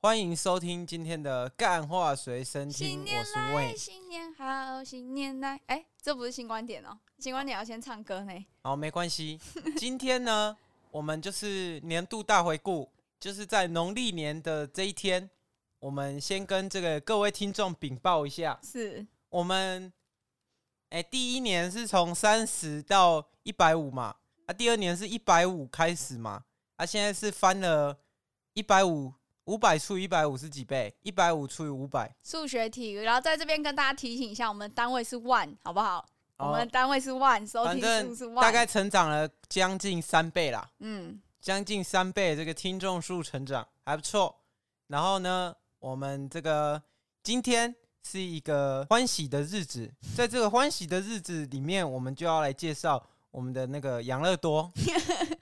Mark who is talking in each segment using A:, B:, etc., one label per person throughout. A: 欢迎收听今天的《干话随身听我
B: 新》，年
A: 是
B: 来，
A: 魏。
B: 新年好，新年来。哎、这不是新观点哦，新观点要先唱歌呢。
A: 好，没关 系。今天呢，我们就是年度大回顾，就是在农历年的这一天，我们先跟这个各位听众禀报一下，
B: 是，
A: 我们哎、第一年是从三十到一百五嘛，啊，第二年是一百五开始嘛，啊，现在是翻了一百五，五百除以一百五是几倍？一百五除以五百，
B: 数学体育，然后在这边跟大家提醒一下，我们单位是万，好不好？我
A: 哦
B: 们单位是万，收
A: 反
B: 听
A: 正
B: 数是万，
A: 大概成长了将近三倍啦。
B: 嗯，
A: 将近三倍，这个听众数成长还不错。然后呢，我们这个今天是一个欢喜的日子，在这个欢喜的日子里面，我们就要来介绍我们的那个养乐 多。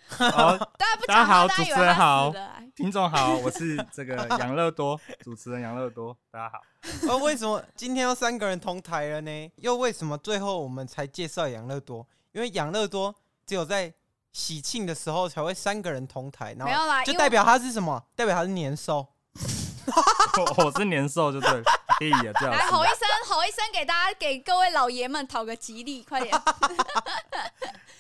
C: 好，
B: 大家不
C: 大家
B: 讲
C: 好
B: 话，大家以
C: 主
B: 为
C: 持人
B: 他
C: 好
B: 死了哎。
C: 听众好，我是这个养乐多主持人养乐多，大家好。
A: 呃，为什么今天要三个人同台了呢？又为什么最后我们才介绍养乐多？因为养乐多只有在喜庆的时候才会三个人同台，然
B: 没有
A: 后
B: 啦，
A: 就
B: 因为
A: 代表它是什么？代表它是年兽。
C: 我我是年兽就对了，可以啊，最好
B: 来
C: 是
B: 吼一声，吼一声，给大家给各位老爷们讨个吉利，快点！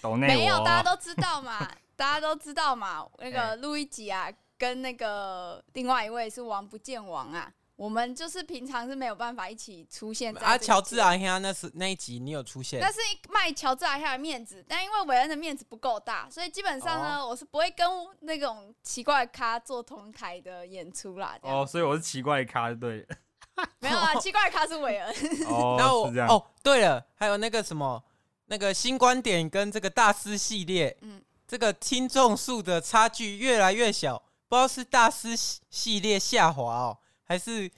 C: 抖内我哦。
B: 没有，大家都知道 嘛，大家都知道嘛。那个
C: 哎
B: 路易吉啊，跟那个另外一位是王不见王啊，我们就是平常是没有办法一起出现在
A: 啊，
B: 这个
A: 乔治
B: 节目，
A: 阿香那是那一集你有出现
B: 那，是卖乔治啊亚下的面子，但因为韦恩的面子不够大，所以基本上
A: 哦
B: 呢，我是不会跟那种奇怪的咖做同台的演出啦。这样、
C: 哦，所以我是奇怪咖就对了。
B: 没有啊，奇怪的咖是韦恩，
A: 然后
C: 哦，
A: 我
C: 是这样。
A: 哦，对了，还有那个什么，那个新观点跟这个大师系列，嗯
B: 嗯，
A: 这个听众数的差距越来越小，不知道是大师系系列下滑哦，还是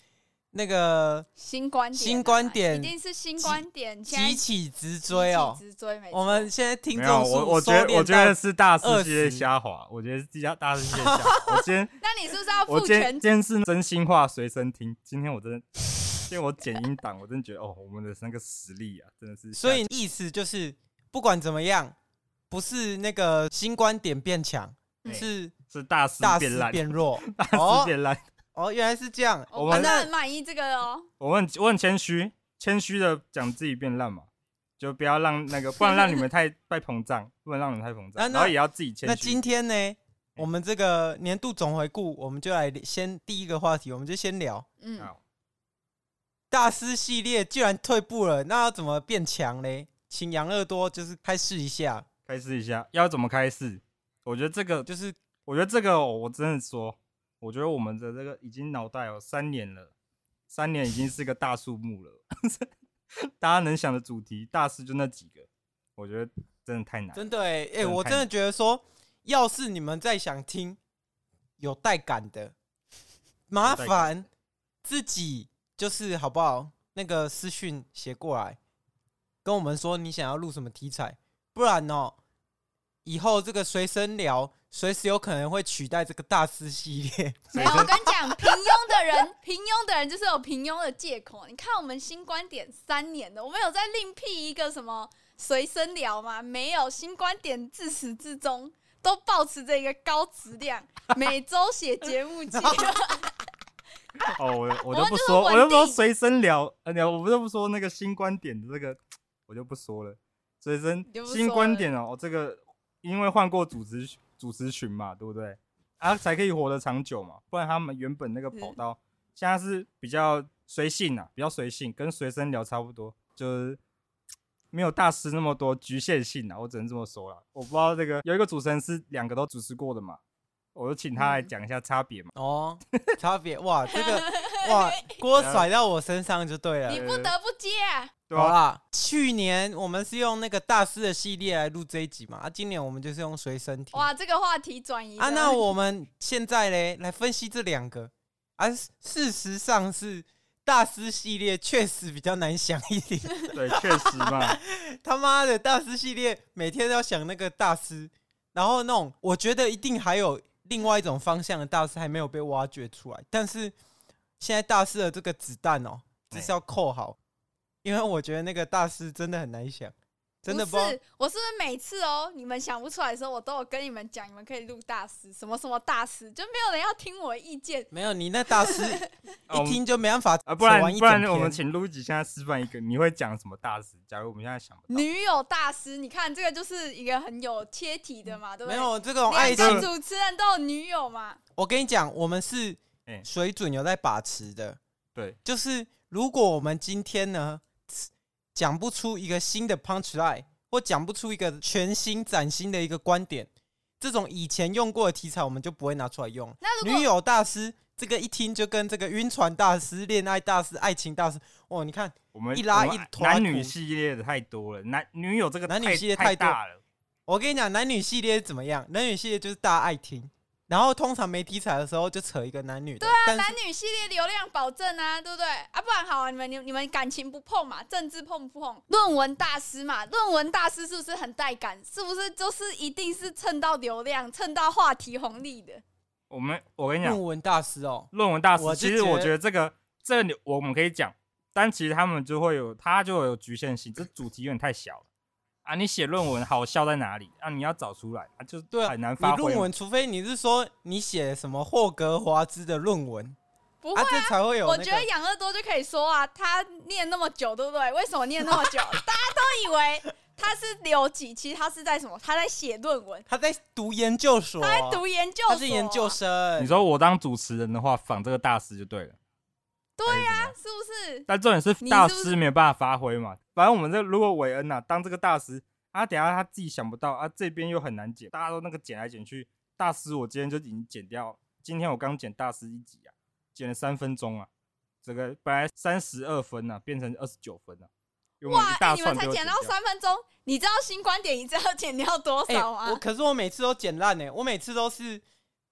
A: 那个
B: 新观点啊，
A: 新观点
B: 一定是新观点，现在
A: 急起直追哦
B: 急。起直追，没错
A: 我们现在听
C: 没
A: 众
C: 有，
A: 数
C: 我我
A: 收
C: 觉得我
A: 敛
C: 觉得
A: 到
C: 是大师系
A: 20
C: 列瞎滑，我觉得是大大师系列 瞎滑。我今天
B: 那你是不是要
C: 我
B: 付
C: 今天
B: 全
C: 今天是真心话随身听，今天我真的，今天我剪音档，我真的觉得哦，我们的那个实力啊，真的是下
A: 所以意思就是不管怎么样，不是那个新观点变强，
C: 嗯
A: 是
C: 是大师
A: 大
C: 变
A: 师
C: 烂，
A: 变弱。
C: 大
A: 哦
C: 师变烂。
A: 哦，原来是这样。
B: 我
C: 我们
B: 们很满意这个哦。
C: 我很我很谦虚，谦虚的讲自己变烂嘛，就不要让那个，不然让你 们太太膨胀，不能让你们太膨
A: 那那
C: 胀，然后也要自己谦
A: 那今
C: 虚。哎
A: 天呢，我们这个年度总回顾，我们就来先第一个话题，我们就先聊
B: 嗯，
C: 好，
A: 大师系列，既然退步了，那要怎么变强嘞？请杨乐多就是开示一下，
C: 开始一下，要怎么开始？我觉得这个，
A: 就是
C: 我觉得这个，哦我真的说，我觉得我们的这个已经脑袋有三年了，三年已经是个大数目了。 大家能想的主题，大师就那几个，我觉得真的太难了。
A: 真的哎、欸
C: 真的
A: 我
C: 太
A: 真的觉得说，要是你们再想听有带感的，麻
C: 带感
A: 烦自己就是好不好？那个私讯写过来，跟我们说你想要录什么题材，不然哦，以后这个随身聊随时有可能会取代这个大师系列。
B: 没有，我跟你讲，平庸的人，平庸的人就是有平庸的借口。你看我们新观点三年的，我们有在另辟一个什么随身聊吗？没有，新观点自始至终都保持着一个高质 量，每周写节目计划。
C: 哦， 我我
B: 我
C: 就
B: 们就
C: 不
B: 是
C: 说，
B: 稳
C: 我就不说
B: 定
C: 随身聊，呃，聊我就不说那个新观点的这个，我就不说了。随身
B: 就不
C: 新
B: 说
C: 观
B: 了
C: 点哦，这个因为换过主持主持群嘛，对不对？啊，才可以活得长久嘛，不然他们原本那个跑
B: 是
C: 道现在是比较随性啊，比较随性，跟随身聊差不多，就是没有大师那么多局限性啊，我只能这么说了。我不知道这个有一个主持人是两个都主持过的嘛，我就请他来
B: 嗯
C: 讲一下差 别嘛。
A: 哦， 差别哇，这 个哇锅甩到我身上就对
B: 你
A: 了。
B: 不得不接、啊，
C: 对
A: 好
C: 吧？
A: 啦，去年我们是用那个大师的系列来录这一集嘛，啊，今年我们就是用随身听。
B: 哇，这个话题转移
A: 啊，
B: 得
A: 那我们现在嘞来分析这两个，啊，事事实上是大师系列确实比较难想一点。
C: 对，确实嘛。
A: 他妈的大师系列，每天都要想那个大师，然后那种我觉得一定还有另外一种方向的大师还没有被挖掘出来，但是现在大师的这个子弹哦，就是要扣好，因为我觉得那个大师真的很难想，真的
B: 不
A: 不知道
B: 是，我是不是每次哦，你们想不出来的时候，我都有跟你们讲，你们可以录大师什么什么大师，就没有人要听我的意见。
A: 没有你那大 师
C: 啊我
A: 一
C: 们
A: 听就没办法
C: 啊，不然
A: 扯完一
C: 不然
A: 整
C: 我们
A: 篇
C: 请录几现在示范一个，你会讲什么大师？假如我们现在想不到，
B: 女友大师，你看这个就是一个很有切题的嘛，对不
A: 哦没
B: 对？
A: 有这种爱
B: 两
A: 情，
B: 个主持人都有女友嘛，
A: 我跟你讲，我们是
C: 哎
A: 水准有在把持的，
C: 对，
A: 就是如果我们今天呢讲不出一个新的 punch line，或讲不出一个全新崭新的一个观点，这种以前用过的题材，我们就不会拿出来用。
B: 那如
A: 女
B: 果
A: 友大师这个一听就跟这个晕船大师、恋爱大师、爱情大师，哦，你看
C: 我们
A: 一拉
C: 我们啊
A: 一拖
C: 男女
A: 骨
C: 系列的太多了，男女友这个
A: 男女
C: 太
A: 系列
C: 太
A: 太多
C: 大了，
A: 我跟你讲，男女系列怎么样？男女系列就是大家爱听，然后通常没题材的时候就扯一个男女的。对啊，
B: 男女系列流量保证啊，对不对？啊，不然好、啊，你们你你们感情不碰嘛，政治碰不碰？论文大师嘛，论文大师是不是很带感？是不是就是一定是蹭到流量、蹭到话题红利的？
C: 我们我跟你讲
A: 论，文大师哦，
C: 论文大师
A: 我，就
C: 其实我
A: 觉
C: 觉得这个这个你我们可以讲，但其实他们就会有，它就有局限性，这主题有点太小了啊！你写论文好笑在哪里啊？你要找出来啊，就
A: 对啊
C: 很难
A: 你
C: 发挥
A: 论
C: 嘛。
A: 文，除非你是说你写什么霍格华兹的论文，
B: 不会
A: 啊，这才会有、那
B: 我
A: 个
B: 觉得养乐多就可以说啊，他念那么久，对不对？为什么念那么 久？大家都以为他是留级，其实他是在什么？他在写论文，
A: 他在读研究所，啊
B: 他在读研究所、啊
A: 他是研究，生。
C: 你说我当主持人的话，仿这个大师就对了。
B: 对
C: 呀、
B: 啊是不是？
C: 但重点是
B: 你
C: 大
B: 是不是
C: 师没有办法发挥嘛。反正我们这如果韦恩呐、当这个大师，啊，等一下他自己想不到啊，这边又很难剪，大家都那个剪来剪去。大师，我今天就已经剪掉，今天我刚剪大师一集啊，剪了三分钟啊，整个本来三十二分啊，变成二十九分啊，因为我们
B: 哇
C: 一，大
B: 哎你们
C: 串
B: 才
C: 都有
B: 剪
C: 剪
B: 到
C: 掉。
B: 三分钟，你知道新观点一直要剪掉多
A: 哎、
B: 少啊吗？
A: 我可是我每次都剪烂呢、欸我每次都是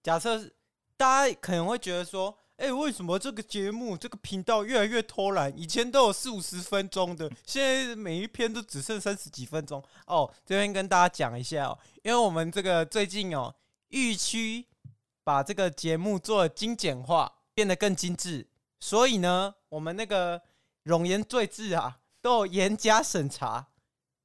A: 假设是大家可能会觉得说，哎、为什么这个节目这个频道越来越偷懒？以前都有四五十分钟的，现在每一篇都只剩三十几分钟。哦，这边跟大家讲一下哦，因为我们这个最近哦，预期把这个节目做得精简化，变得更精致，所以呢，我们那个容颜赘字啊，都有严加审查。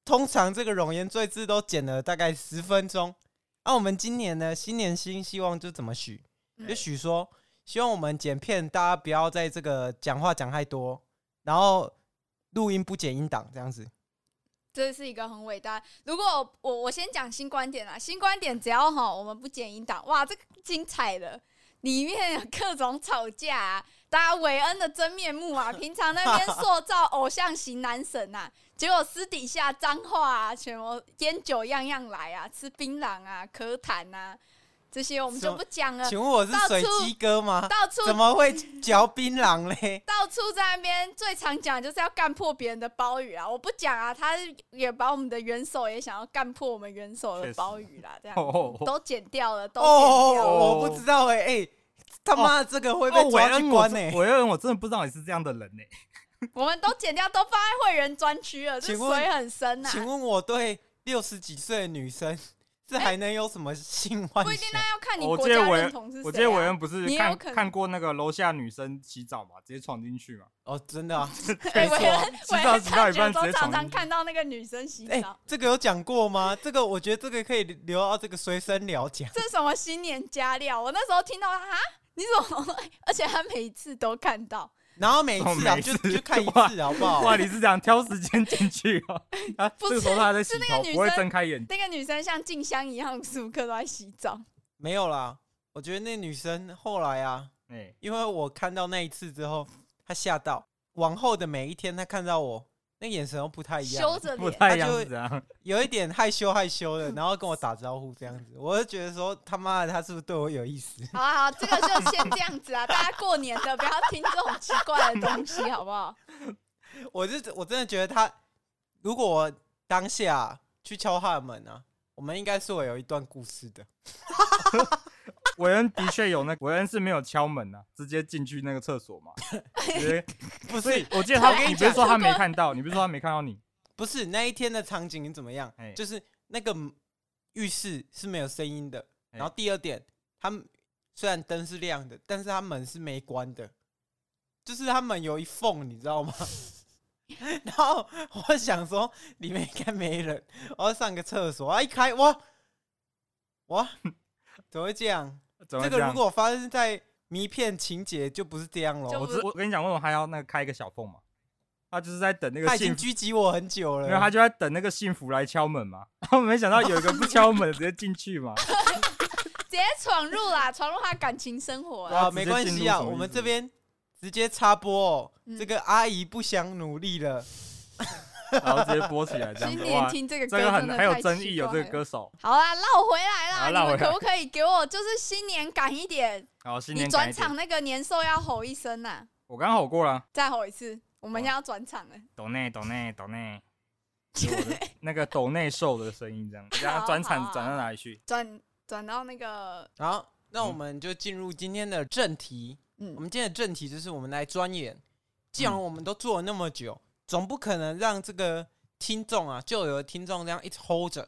A: 通常这个容颜赘字都剪了大概十分钟。啊那、我们今年呢，新年新希望就怎么许？
B: 嗯
A: 就许说，希望我们剪片，大家不要在这个讲话讲太多，然后录音不剪音档这样子。
B: 这是一个很伟大。如果我我先讲新观点啦，新观点只要哈我们不剪音档，哇，这个精彩了。里面有各种吵架、啊，大家韦恩的真面目啊，平常那 边塑造偶像型男神啊，结果私底下脏话啊，什么烟酒样样来啊，吃槟榔啊，咳痰啊，这些我们就不讲了。
A: 请问我是
B: 到
A: 水
B: 处
A: 鸡哥吗？
B: 到处
A: 怎么会嚼槟榔嘞？
B: 到处在那边最常讲就是要干破别人的包雨啊！我不讲啊，他也把我们的元首也想要干破我们元首的包雨啦，这样
C: 哦哦
B: 都剪掉了，都
A: 哦
B: 剪掉了。
A: 哦，我不知道哎、哎、他妈这个会
C: 哦，
A: 被
C: 韦
A: 抓
C: 恩
A: 去
C: 我
A: 关欸
C: 真
A: 呢、
B: 欸
C: 韦恩我真的不知道你是这样的人呢、欸
B: 我们都剪掉，都放在会员专区了，这
A: 请问
B: 水很深呐、啊
A: 请问我对六十几岁的女生，这还能有什么性幻
B: 哎不一定，啊
A: 想？
B: 那要看你
C: 我
B: 国
C: 记得
B: 家
C: 韦
B: 认
C: 恩
B: 同是谁、啊。
C: 我记得韦恩不是
B: 你也有
C: 看
B: 可能
C: 看过那个楼下女生洗澡嘛，直接闯 进去嘛。
A: 哦，真的啊，
B: 哎
A: 没
B: 韦
A: 错
B: 恩
A: 啊，
C: 洗
B: 韦
C: 澡
B: 恩
C: 洗到
B: 上
C: 一
B: 学
C: 半
B: 都
C: 直接
B: 常
C: 闯
B: 常
C: 进去。
B: 看到那个女生洗
A: 哎、
B: 澡，
A: 这个有讲过吗？这个我觉得这个可以留到这个随身聊讲。
B: 这是什么新年佳料？我那时候听到啊，你怎么？而且他每一次都看到。
A: 然后每
C: 哦
A: 次啊，
C: 每
A: 就
C: 次
A: 就看一
C: 哇
A: 次好不好？
C: 哇，你是想挑时间进去 哦？啊，
B: 不
C: 这
B: 是
C: 个时候他还在洗
B: 是那
C: 头，
B: 个女
C: 不会
B: 生
C: 睁开眼睛。
B: 那个女生像静香一样，无时无刻都在洗澡。
A: 没有啦，我觉得那女生后来啊，
C: 哎，
A: 因为我看到那一次之后，她吓到，往后的每一天她看到我，那眼神都不太一
B: 羞
A: 样，
B: 着
C: 不
B: 脸，
A: 他
C: 太
A: 就
C: 样
A: 会
C: 子啊，
A: 有一点害羞害羞的，然后跟我打招呼这样子，我就觉得说他妈的，她是不是对我有意思？
B: 好啊好啊，这个就先这样子啊！大家过年的不要听这种奇怪的东西，好不 好？
A: 我是我真的觉得他，如果我当下去敲他的门啊，我们应该是会有一段故事的。
C: 韦恩的确有那，韦恩是没有敲门啊，直接进去那个厕所 嘛。直接
A: 不
C: 所以
A: 是
C: 我记得他
B: 我跟，你
C: 你不是
B: 讲
C: 说他
B: 如
C: 没
B: 果
C: 看到，你不是说他没看到你？
A: 不是那一天的场景怎么样
C: 哎？
A: 就是那个浴室是没有声音的。
C: 哎
A: 然后第二点，他们虽然灯是亮 的，但是他门是没关的，就是他们有一缝，你知道吗？然后我想说里面应该没人，我要上个厕所啊！一开哇哇，怎么会这样？
C: 怎么
A: 这
C: 会
A: 个
C: 样
A: 如果发生在迷片情节，就不是这样
B: 就
A: 了。
C: 我
B: 不
C: 知我跟你讲，为什么他要那个开一个小缝嘛？他就是在等那个
A: 他已
C: 幸
A: 经狙
C: 福，
A: 击我很久了，
C: 没有他就在等那个幸福来敲门嘛。然后没想到有一个不敲门，直接进去嘛。
B: 直接闯入啦，闯入他感情生活啦。
A: 啊，
C: 直接
A: 没关
C: 进
A: 系
C: 入
A: 啊，
C: 什么
A: 我
C: 意
A: 们
C: 思
A: 这边直接插播哦。
B: 嗯
A: 这个阿姨不想努力了，
C: 然后直接播起来这样
B: 今
C: 子。
B: 年
C: 哇，
B: 听这个歌
C: 这个
B: 真
C: 很
B: 的
C: 很有
B: 太
C: 争
B: 奇
C: 议，有这
B: 怪
C: 个歌手。
B: 好啦，绕回来啦，
C: 好啊
B: 你
C: 绕
B: 们
C: 回来
B: 可不可以给我就是新年感一点？
C: 好，新
B: 你
C: 年
B: 转
C: 感谢。
B: 场那个年兽要吼一声呐、
C: 我刚好过了，啊
B: 再吼一次。我们现在要转场了，
C: 抖内抖内抖内，是我 的那个抖内兽的声音这样。然后转
B: 好
C: 场
B: 好
C: 转到哪 里去？
B: 转转到那个
A: 好，那我
C: 嗯
A: 们就进入今天的正题。我
B: 嗯，
A: 们今天的正题就是我们来钻研。既然我们都做了那么久，总不可能让这个听众啊，就有的听众这样一直 hold 着，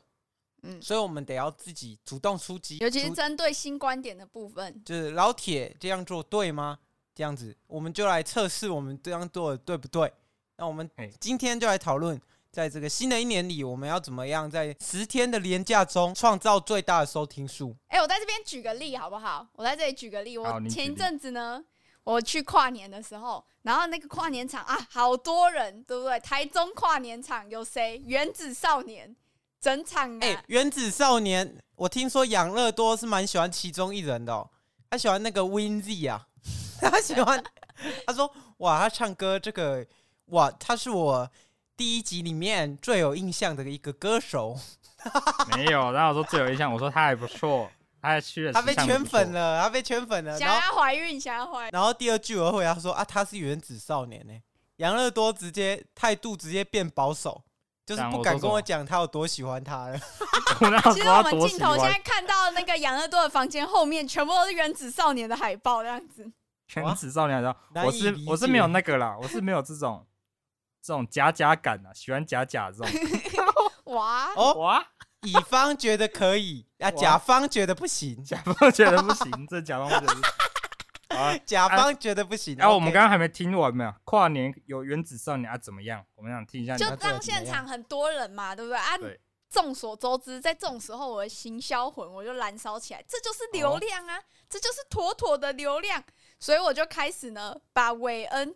B: 嗯
A: 所以我们得要自己主动出击。
B: 尤其是
A: 主
B: 针对新观点的部分，
A: 就是老铁这样做对吗？这样子，我们就来测试我们这样做的对不对。那我们
C: 嘿
A: 今天就来讨论，在这个新的一年里，我们要怎么样在十天的连假中创造最大的收听数？
B: 哎、我在这边举个例好不好？我在这里举个例，
C: 好
B: 我
C: 你举
B: 前一
C: 例
B: 阵子呢，我去跨年的时候，然后那个跨年场啊，好多人，对不对？台中跨年场有谁？原子少年，整场啊，
A: 哎、原子少年，我听说养乐多是蛮喜欢其中一人的、哦，他喜欢那个 Winzy 啊， 他喜欢， 他说哇，他唱歌这个哇，他是我第一集里面最有印象的一个歌手，
C: 没有。然后我说最有印象，我说他还不错，他还去了。
A: 他被圈粉。了，他被圈粉了，
B: 想
A: 然后
B: 要怀孕，想要怀
A: 然后第二句我又回答说啊，他是原子少年呢、养乐多直接态度直接变保守，就是
C: 然后
A: 不
C: 我
A: 敢
C: 说
A: 跟
C: 什
A: 我
C: 么
A: 讲他有多喜欢他了。
C: 我那
B: 其
C: 时
B: 实
C: 候
B: 我
C: 他
B: 们
C: 啊多
B: 镜
C: 喜
B: 头现在
C: 欢
B: 看到那个养乐多的房间后面，全部都是原子少年的海报这样子。
C: 原子少年的时候，
A: 难以
C: 我是
A: 理
C: 我是没有
A: 解
C: 那个啦，我是没有这种这种假假感啊，喜欢假假这种。
B: 哇，
A: 哦，
C: 哇，
A: 乙方觉得可 以啊，
C: 哇
A: 甲方觉得不行。
C: 甲方觉得不行，这甲方觉得不行。好啊，
A: 甲方觉得不行。
C: 然后我
A: OK
C: 们刚刚还没听完没有？跨年有原子少年啊，怎么样？我们想听一下你
B: 就
C: 的。
A: 这
B: 让
A: 个怎么
B: 现场很多人嘛，对不对啊？
C: 对
B: 众所周知，在这种时候，我的行销魂我就燃烧起来，这就是
A: 哦
B: 流量啊，这就是妥妥的流量。所以我就开始呢，把韦恩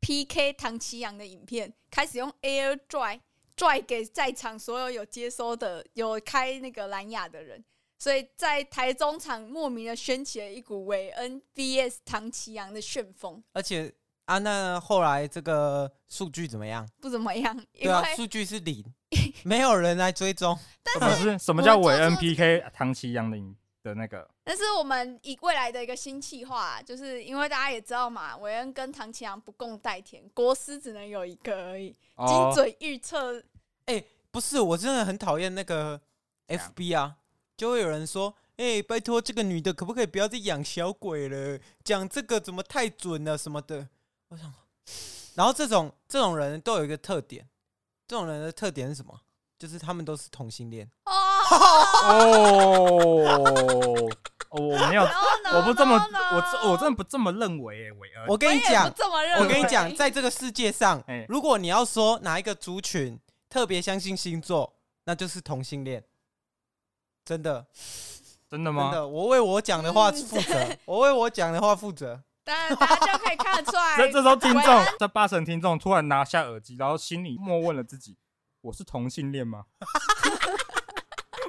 B: PK 唐奇阳的影片开始用 Air Dry 拽给在场所有有接收的、有开那个蓝牙的人。所以在台中场莫名的掀起了一股韦恩 VS 唐奇阳的旋风，
A: 而且啊，那后来这个数据怎么样？
B: 不怎么样，因
A: 对
B: 为、
A: 啊，数据是零，没有人来追踪。
C: 什么是什么
B: 我
C: 叫
B: 们
C: 伪
B: 做出
C: NPK 唐奇阳的影的那个？
B: 但是我们以未来的一个新计划、啊就是因为大家也知道嘛，韦恩跟唐奇阳不共戴天，国师只能有一个而已。精
C: 哦，
B: 准预测，
A: 不是，我真的很讨厌那个
C: 怎样
A: FB 啊，就会有人说。哎、拜托，这个女的可不可以不要再养小鬼了？讲这个怎么太准了什么的？我想，然后这种这种人都有一个特点，这种人的特点是什么？就是他们都是同性恋。
B: 哦，
C: 哦，哦我 没有， 我不这么，我这我
B: 么，
C: 真的不这么认为欸耶，韦恩。
A: 我跟你
B: 我
A: 讲
B: 也不，哎这么认为。
A: 我跟你讲，在这个世界上
C: 哎，
A: 如果你要说哪一个族群特别相信星座，那就是同性恋。真的，
C: 真的
A: 真
C: 吗？
A: 的，我为我讲的话
B: 嗯
A: 负责，我为我讲的话负责。
B: 当然大家就可以看得出来，
A: 哎
C: 这这时候听
B: 韦
C: 众，这八成听众突然拿下耳机，然后心里默问了自己：我是同性恋吗？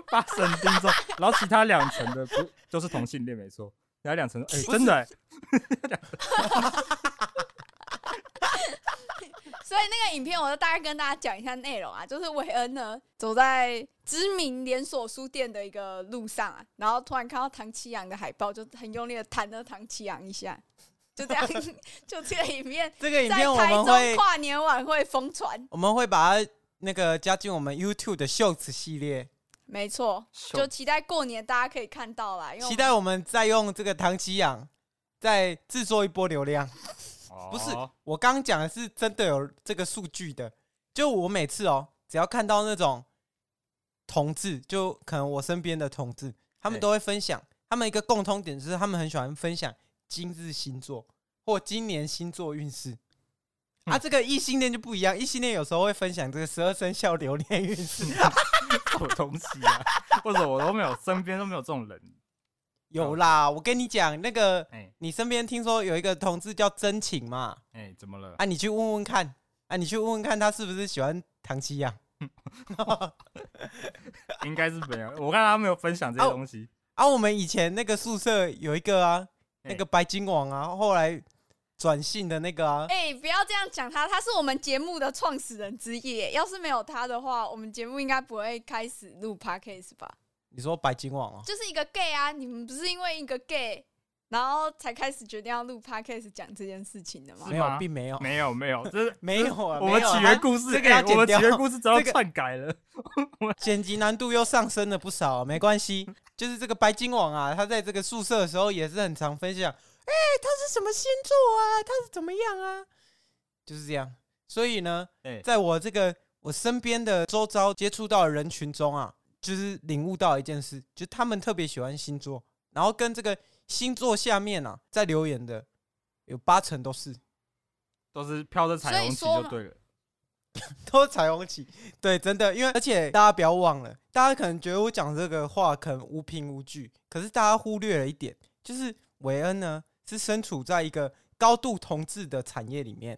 C: 八成听众，然后其他两成的不都是同性恋，没错。其他两成，哎、真的、欸，
B: 所以那个影片，我就大概跟大家讲一下内容啊，就是韦恩呢走在知名连锁书店的一个路上啊，然后突然看到唐奇阳的海报，就很用力的弹了唐奇阳一下，就这样， 就这个影片
A: 这个影
B: 在
A: 片我
B: 台
A: 们
B: 中
A: 会
B: 跨年晚会疯传，
A: 我们会把它那个加进我们 YouTube 的 Shorts 系列，
B: 没错，就期待过年大家可以看到啦，因为我
A: 期待我们再用这个唐奇养再制作一波流量。不是
C: 哦
A: 我刚刚讲的是真的有这个数据的，就我每次哦，只要看到那种同志，就可能我身边的同志，他们
C: 对
A: 都会分享，他们一个共通点就是他们很喜欢分享今日星座或今年星座运势。
B: 嗯
A: 啊，这个异性恋就不一样，异性恋有时候会分享这个十二生肖流年运势，
C: 什么东西啊？或者我都没有，身边都没有这种人。
A: 有啦。我跟你讲，那个
C: 哎
A: 你身边听说有一个同志叫真情嘛，
C: 哎，怎么了？
A: 啊，你去问问看，啊，你去问问看他是不是喜欢唐七 呀？
C: 应该是没有。我看他没有分享这些东西。
A: 啊，我们以前那个宿舍有一个啊，
C: 哎
A: 那个白金王啊，后来转性的那个啊，
B: 哎、不要这样讲他，他是我们节目的创始人之一耶。要是没有他的话，我们节目应该不会开始录 podcast 吧？
A: 你说白金王啊？
B: 就是一个 gay 啊，你们不是因为一个 gay，然后才开始决定要录 podcast 讲这件事情的吗
C: 是？
A: 没有，
C: 吗
A: 并没有，
C: 没有没有，这 是
A: 没有啊。
C: 我们
A: 没有啊
C: 起源故事，
A: 这个要
C: 哎我
A: 剪
C: 们起
A: 掉，
C: 源故事早
A: 这个
C: 就篡改了。
A: 剪辑难度又上升了不少啊、没关系，就是这个白金王啊，他在这个宿舍的时候也是很常分享，哎、他是什么星座啊？他是怎么样啊？就是这样。所以呢，
C: 哎，
A: 在我这个我身边的周遭接触到的人群中啊，就是领悟到一件事，就是他们特别喜欢星座，然后跟这个星座下面啊在留言的有八成都是
C: 都是飘着彩虹旗
B: 所以说
C: 就
B: 嘛
C: 对了。
A: 都是彩虹旗，对，真的，因为而且大家不要忘了，大家可能觉得我讲这个话可能无凭无据，可是大家忽略了一点，就是韦恩呢是身处在一个高度同质的产业里面，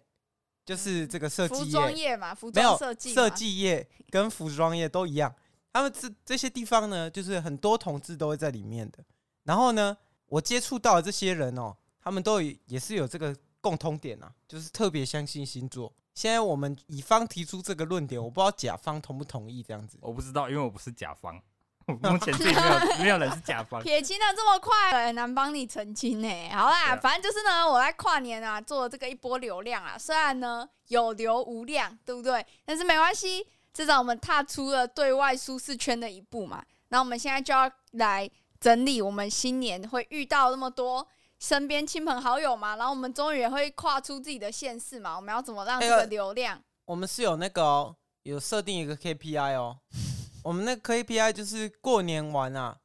A: 就是这个设
B: 嗯服
A: 计
B: 装
A: 业、
B: 业嘛，服
A: 没有
B: 装设计嘛，
A: 设计业跟服装业都一样，他们这这些地方呢，就是很多同志都会在里面的。然后呢，我接触到的这些人哦，他们都有也是有这个共通点啊，就是特别相信星座。现在我们乙方提出这个论点，我不知道甲方同不同意这样子。
C: 我不知道，因为我不是甲方， 我目前自己没 有没有人是甲方。
B: 撇清的这么快，很难帮你澄清呢、欸好啦，
C: 对啊
B: 反正就是呢，我在跨年啊做了这个一波流量啊，虽然呢有流无量，对不对？但是没关系，至少我们踏出了对外舒适圈的一步嘛。那我们现在就要来整理我们新年会遇到那么多身边亲朋好友嘛，然后我们终于也会跨出自己的县市嘛，我们要怎么让这
A: 哎
B: 个
A: 呀
B: 流量？
A: 我们是有那个、哦、有设定一个 KPI 哦， 我们那个 KPI 就是过年完啊，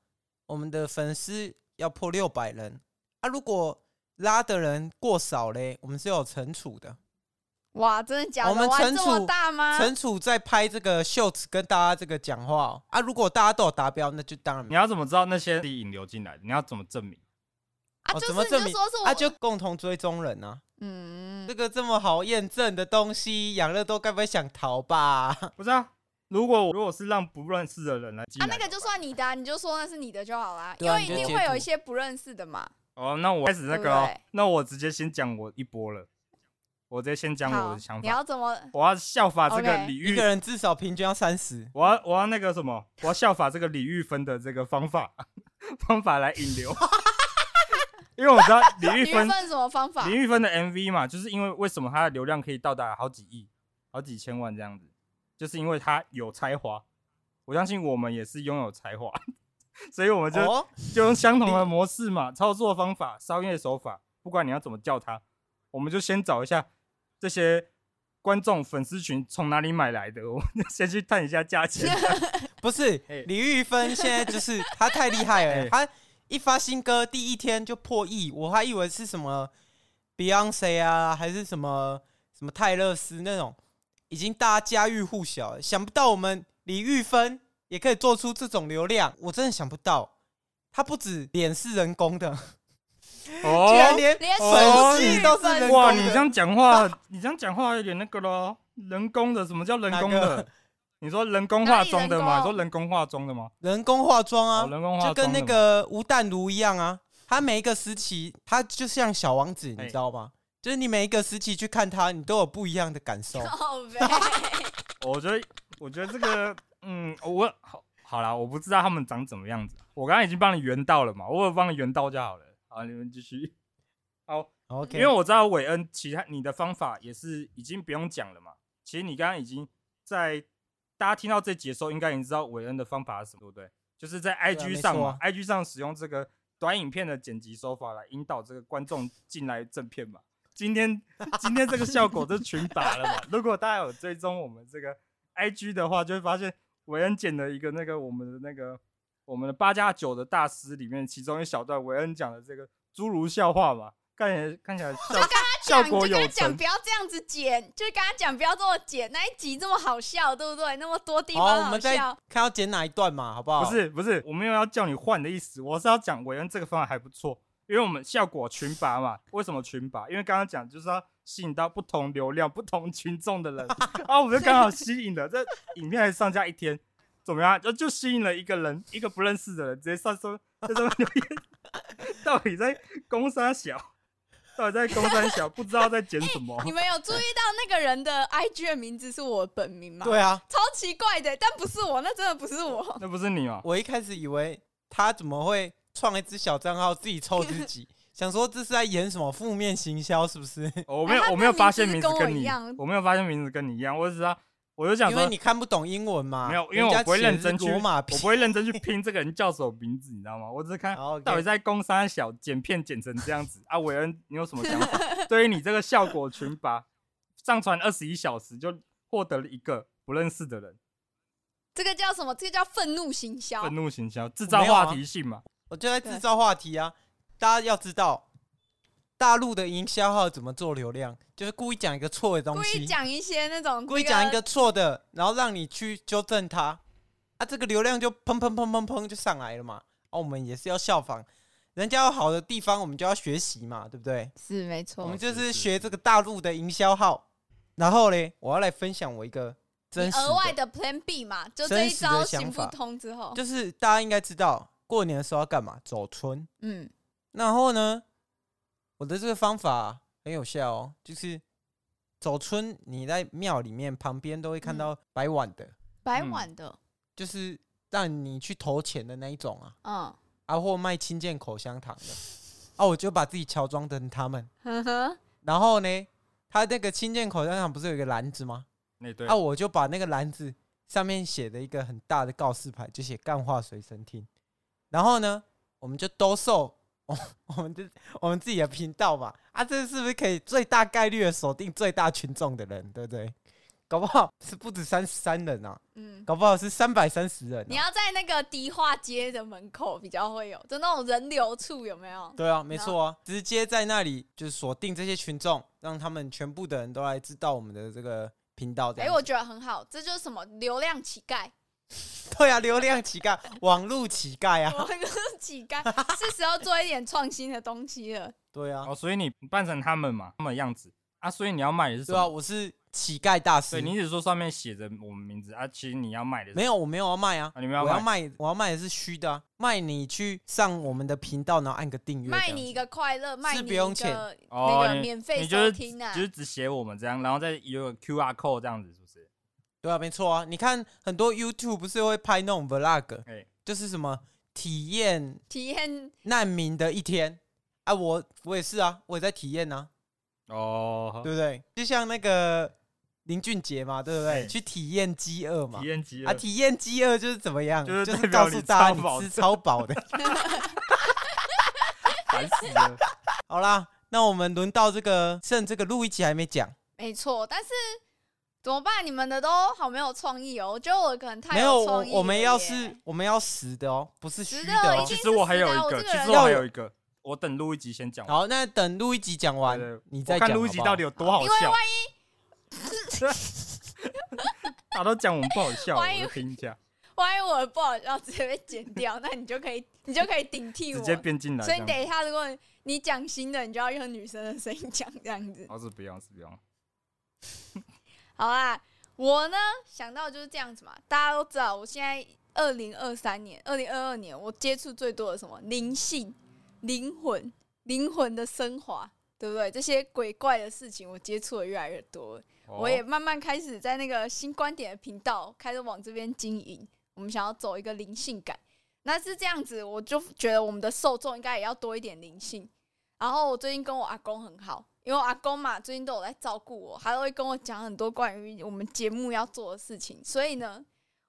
A: 我们的粉丝要破六百人啊，如果拉的人过少嘞，我们是有惩处的，
B: 哇，真的假的？
A: 我们
B: 哇
A: 存
B: 这么
A: 储
B: 大吗？
A: 惩处在拍这个 shorts 跟大家这个讲话、哦、啊，如果大家都有达标，那就当然
C: 你
A: 没有
C: 要怎么知道那些引流进来？你要怎么证明？
B: 啊，
A: 哦
B: 就是
A: 怎么
B: 你
A: 证
B: 就
A: 明
B: 说是我，
A: 啊，就共同追踪人啊，
B: 嗯，
A: 这个这么好验证的东西，养乐多该不会想逃吧？
C: 不是啊，如果如果是让不认识的人来进
B: 啊
C: 来，，
B: 那个就算你的、啊，你就说那是你的就好啦，
A: 对
B: 因
A: 啊
B: 为
A: 你
B: 一
A: 就
B: 定
A: 截
B: 会有
A: 图
B: 一些不认识的嘛。
C: 哦，那我开始那个、
B: 对
C: 哦
B: 不对，
C: 那我直接先讲我一波了，我直接先讲我
B: 好
C: 的想，
B: 你
C: 法，
B: 要 怎么？
C: 我要效法这个
B: OK
C: 李
A: 一
C: 玉
A: 个，人至少平均要三十，
C: 我要我要那个什么，我要效法这个李玉芬的这个方法 方法来引流， 因为我知道李
B: 你
C: 玉
B: 分
C: 芬
B: 什么方法
C: 李？玉芬的 MV 嘛，就是因为为什么她的流量可以到达好几亿、好几千万这样子，就是因为她有才华。我相信我们也是拥有才华， 所以我们就、
A: 哦，
C: 就用相同的模式嘛，操作方法、商业手法，不管你要怎么叫它，我们就先找一下这些观众粉丝群从哪里买来的，我们先去探一下价钱。
A: 不是
C: 哎
A: 李玉芬，现在就是她太厉害了，
C: 哎
A: 她一发新歌第一天就破亿，我还以为是什么 Beyonce 啊，还是什么什么泰勒斯那种，已经大家家喻户晓了。想不到我们李玉芬也可以做出这种流量，我真的想不到。她不止脸是人工的，
C: 哦
A: 居然连
B: 连
A: 粉
C: 数
A: 丝
C: 据
A: 都是人工的。
C: 哇，你这样讲话，你这样讲话有点那个咯，人工的，什么叫人工
A: 哪
C: 的
A: 个？
C: 你说人工化妆的吗？
B: 哪里人工
C: 你说人工化妆的吗？
A: 人工化妆啊，
C: 哦人工化
A: 就
C: 妆的
A: 跟
C: 嘛
A: 那个吴淡如一样啊，他每一个时期，他就像小王子，你
C: 哎
A: 知道吗？就是你每一个时期去看他，你都有不一样的感 受。
B: 靠背
C: 我觉得，我觉得这个，嗯，我好好啦，我不知道他们长怎么样子。我刚刚已经帮你圆到了嘛，我有帮你圆到就好了。好，你们继续。好，因
A: OK，
C: 为我知道韦恩，其他你的方法也是已经不用讲了嘛。其实你刚刚已经在大家听到这集的时候，应该已经知道韦恩的方法是什么，对不对？就是在
A: 啊
C: IG
A: 没
C: 上
A: 错
C: 嘛、
A: 啊
C: i g 上使用这个短影片的剪辑手法来引导这个观众进来正片嘛。今天今天这个效果就群打了嘛。如果大家有追踪我们这个 IG 的话，就会发现韦恩剪了一个那个我们的那个我们的八加九的大师里面，其中一小段韦恩讲的这个侏儒笑话嘛，看起来看起来效
B: 讲
C: 效
B: 你
C: 果
B: 就跟
C: 有
B: 他讲
C: 成
B: 不。要这样子剪，就跟他讲不要这么剪，那一集这么好笑，对不对？那么多地
A: 好，
B: 方
A: 我
B: 好
A: 们再
B: 笑，
A: 看要剪哪一段嘛，好不好？
C: 不，是不是，我没有要叫你换的意思，我是要讲韦恩这个方法还不错，因为我们效果群拔嘛。为什么群拔？因为刚刚讲就是要吸引到不同流量、不同群众的人，然后我们就刚好吸引了。这影片还上架一天，怎么样？就就吸引了一个人，一个不认识的人，直接上说在上面留言，到底在攻杀小，到底在攻杀小，不知道在剪什么。
B: 哎你们有注意到那个人的 IG 的名字是我本名吗？，
A: 对啊，
B: 超奇怪的，但不是我，那真的不是我。
C: 那不是你吗？哦
A: 我一开始以为他怎么会创一只小账号自己抽自 己，想说这是在演什么负面行销，是不是？
C: 哦我没有
B: 哎他，
C: 我
B: 的
C: 没有
B: 名
C: 发
B: 字
C: 现
B: 是
C: 名字
B: 跟我
C: 跟
B: 一
C: 你
B: 样，
C: 我没有发现名字跟你一样，我只知道，我就想
A: 因
C: 说
A: 为，你看不懂英文嘛。
C: 没有，因为
A: 啊人家
C: 我不会
A: 写的
C: 认真
A: 是
C: 去，
A: 罗马
C: 我
A: 拼
C: 不会认真去拼这个人叫什么名字，你知道吗？我只是看
A: 好，OK
C: 到底在攻山小剪片剪成这样子啊，韦恩，你有什么 想法？对于你这个效果群吧，上传二十一小时就获得了一个不认识的人，
B: 这个叫什么？这个叫愤怒行销。
C: 愤怒行销，制造
A: 没有啊
C: 话题性嘛。
A: 我就在制造话题啊！大家要知道，大陆的营销号怎么做流量，就是故意讲一个错的东
B: 故
A: 西，
B: 意讲一些那种
A: 故意讲一个错的，然后让你去纠正它，啊，这个流量就砰砰砰砰砰就上来了嘛。啊，我们也是要效仿人家有好的地方，我们就要学习嘛，对不对？
B: 是没错
A: 我们
C: 是
A: 就是
C: 哦是
A: 学这个大陆的营销号。然后嘞，我要来分享我一个真
B: 你
A: 实的
B: 额外的 Plan B 嘛，就这
A: 真
B: 一
A: 实的
B: 招
A: 想
B: 行不
A: 法
B: 通之后，
A: 就是大家应该知道，过年的时候要干嘛？走春。
B: 嗯，
A: 然后呢，我的这个方法很有效哦，就是走村，你在庙里面旁边都会看
B: 嗯
A: 到摆碗的，
B: 白
C: 嗯
B: 碗的，
A: 就是让你去投钱的那一种啊，
B: 嗯，
A: 啊或卖清健口香糖的，啊我就把自己乔装成他们，
B: 呵呵，
A: 然后呢，他那个清健口香糖不是有一个篮子吗？
C: 那哎对
A: 啊，我就把那个篮子上面写的一个很大的告示牌，就写“干话随身听”。然后呢，我们就兜售我我们的我们自己的频道嘛。啊，这是不是可以最大概率的锁定最大群众的人，对不对？搞不好是不止三十三人啊，
B: 嗯，
A: 搞不好是三百三十人、
B: 你
A: 啊。
B: 要在那个迪化街的门口比较会有，就那种人流处有没有？
A: 对啊，没错啊，直接在那里就是锁定这些群众，让他们全部的人都来知道我们的这个频道这
B: 哎、
A: 样子。
B: 我觉得很好，这就是什么流量 乞丐，
A: 对啊，流量乞丐，网络乞丐啊，
B: 我就是乞丐，是时候做一点创新的东西 了。
A: 对啊，
C: 哦，所以你扮成他们嘛，他们的样子啊，所以你要卖的是什
A: 对啊，
C: 么？
A: 我是乞丐大师。
C: 对，你只说上面写着我们名字啊，其实你要卖的是
A: 没有，我没有要卖啊，
C: 啊你们要
A: 我要
C: 卖
A: 卖，我要卖的是虚的、啊，卖你去上我们的频道，然后按个订阅，
B: 卖你一，个快乐，卖你
A: 不用
B: 一
A: 钱
B: 个
C: 哦
B: 那个
C: 你
B: 免费
C: 你就是
B: 收听啊！
C: 就是只写我们这样，然后再有个 QR code 这样子，是不是？
A: 对啊，没错啊，你看很多 YouTube 不是会拍那种 vlog，
C: 哎、
A: 就是什么体验
B: 体验
A: 难民的一天啊，我我也是啊，我也在体验啊，
C: 哦，
A: 对不对？就像那个林俊杰嘛，对不对？
C: 哎
A: 去体验饥饿嘛
C: 体，验级
A: 啊，体验饥饿就是怎么样？
C: 就是
A: 就
C: 代
A: 是
C: 表
A: 告诉
C: 你
A: 大
C: 超
A: 家
C: 饱
A: 你
C: 的
A: 吃超饱的，
C: 烦死了。
A: 好啦，那我们轮到这个剩这个录一集还没讲，
B: 没错，但是怎么办？你们的都好没有创意哦，我觉得我可能太
A: 没有我
B: 创意了
A: 我们要
B: 耶
A: 是我们要实的哦，不是
B: 实
A: 虚
B: 的
A: 的
B: 一
A: 哦
C: 其
B: 定。
C: 实我还有一
B: 我这
C: 个，
B: 个
C: 其
B: 人
C: 实我还有一个，我等录一集先讲完。
A: 好，那等录一集讲完
C: 对对，
A: 你
C: 我
A: 再
C: 看
A: 讲
C: 录一集到底有多
A: 好
C: 好
B: 因为
C: 笑
B: 万。
C: 大家都讲我们不好笑，
B: 万一
C: 我就听一下，
B: 万一我不好笑直接被剪掉， 那你就可以你就可以顶替
C: 直
B: 我。
C: 接变进来。
B: 所以
C: 这
B: 你
C: 样
B: 等一下，如果你讲新的，你就要用女生的声音讲这样子。
C: 哦，是不用，是不用。
B: 好啦，我呢想到就是这样子嘛，大家都知道，我现在二零二三年、二零二二年，我接触最多的什么灵性、灵魂、灵魂的升华，对不对？这些鬼怪的事情，我接触的越来越多了
C: 哦
B: 我也慢慢开始在那个新观点的频道开始往这边经营。我们想要走一个灵性感，那是这样子，我就觉得我们的受众应该也要多一点灵性。然后我最近跟我阿公很好，因为我阿公嘛最近都有在照顾我，还会跟我讲很多关于我们节目要做的事情。所以呢，